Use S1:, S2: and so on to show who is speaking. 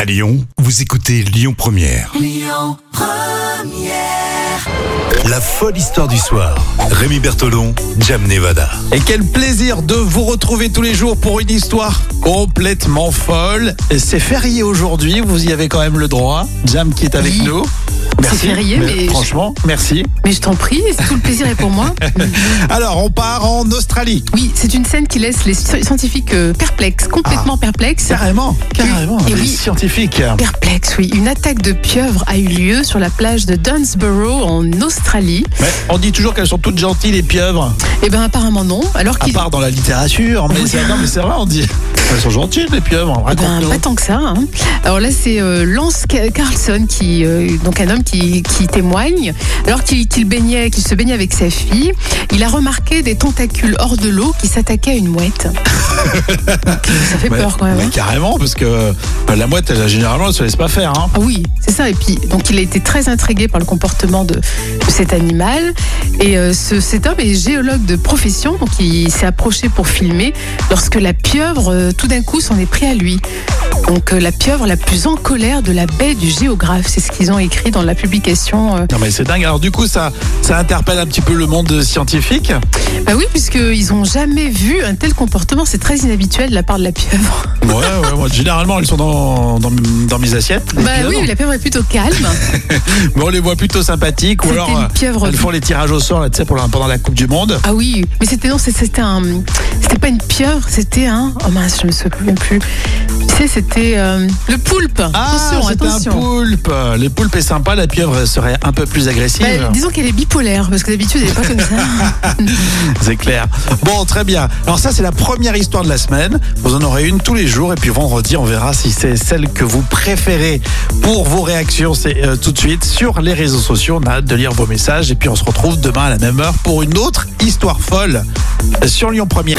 S1: À Lyon, vous écoutez Lyon Première. Lyon Première. La folle histoire du soir. Rémi Bertolon, Jam Nevada.
S2: Et quel plaisir de vous retrouver tous les jours pour une histoire complètement folle. Et C'est férié aujourd'hui, vous y avez quand même le droit. Jam qui est avec
S3: Oui.
S2: nous.
S3: C'est férié, mais-
S2: Franchement, merci.
S3: Mais je t'en prie, tout le plaisir est pour moi.
S2: Alors, on part en Australie.
S3: Oui, c'est une scène qui laisse les sci- scientifiques euh, perplexes, complètement perplexes.
S2: Carrément, carrément,
S3: Et
S2: les
S3: oui.
S2: scientifiques.
S3: Perplexe, oui. Une attaque de pieuvres a eu lieu sur la plage de Dunsborough en Australie.
S2: Mais on dit toujours qu'elles sont toutes gentilles, les pieuvres.
S3: Eh bien, apparemment non. Alors
S2: À
S3: qu'ils.
S2: part dans la littérature. Mais c'est non, mais c'est vrai, on dit. Elles sont gentilles, les pieuvres.
S3: Eh ben,
S2: raconte-nous.
S3: pas tant que ça. hein. Alors là, c'est euh, Lance Ca- Carlson, qui, euh, donc un homme qui, qui témoigne. Alors qu'il qu'il baignait, qu'il se baignait avec sa fille, il a remarqué des tentacules hors de l'eau qui s'attaquaient à une mouette. Donc, ça fait
S2: Ouais,
S3: peur quand même.
S2: mais
S3: hein.
S2: carrément, parce que bah, la mouette, elle, généralement, elle se laisse pas faire. hein.
S3: Ah oui, c'est ça. Et puis, donc, il a été très intrigué par le comportement de, de cet animal. Et euh, ce, cet homme est géologue de profession, donc il s'est approché pour filmer lorsque la pieuvre, euh, tout d'un coup, s'en est pris à lui. Donc, euh, la pieuvre la plus en colère de la baie du géographe. C'est ce qu'ils ont écrit dans la publication. euh.
S2: Non mais c'est dingue. Alors du coup, ça, ça interpelle un petit peu le monde scientifique.
S3: Bah oui, puisqu'ils n'ont jamais vu un tel comportement. C'est très inhabituel de la part de la pieuvre.
S2: Ouais, ouais, ouais. Généralement, elles sont dans, dans, dans mes assiettes. les
S3: Bah oui,
S2: pieuvres.
S3: la pieuvre est plutôt calme.
S2: Mais on les voit plutôt sympathiques. Ou
S3: C'était
S2: alors,
S3: une
S2: euh,
S3: pieuvre
S2: elles font les tirages au sort là, tu sais, pour la- pendant la Coupe du Monde.
S3: Ah oui, mais c'était non, c'est- c'était un, c'était pas une pieuvre, c'était un. Oh mince, je me souviens plus. Tu sais, c'était euh, le poulpe. attention,
S2: c'était Ah, un
S3: attention.
S2: poulpe. Les poulpes est sympa, la pieuvre serait un peu plus agressive.
S3: Bah, disons qu'elle est bipolaire, parce que d'habitude elle est pas comme ça.
S2: C'est clair. Bon, très bien. Alors ça, c'est la première histoire de la semaine. Vous en aurez une tous les jours. Et puis vendredi, on verra si c'est celle que vous préférez. Pour vos réactions, c'est euh, tout de suite sur les réseaux sociaux. On a hâte de lire vos messages. Et puis on se retrouve demain à la même heure pour une autre histoire folle sur Lyon Première.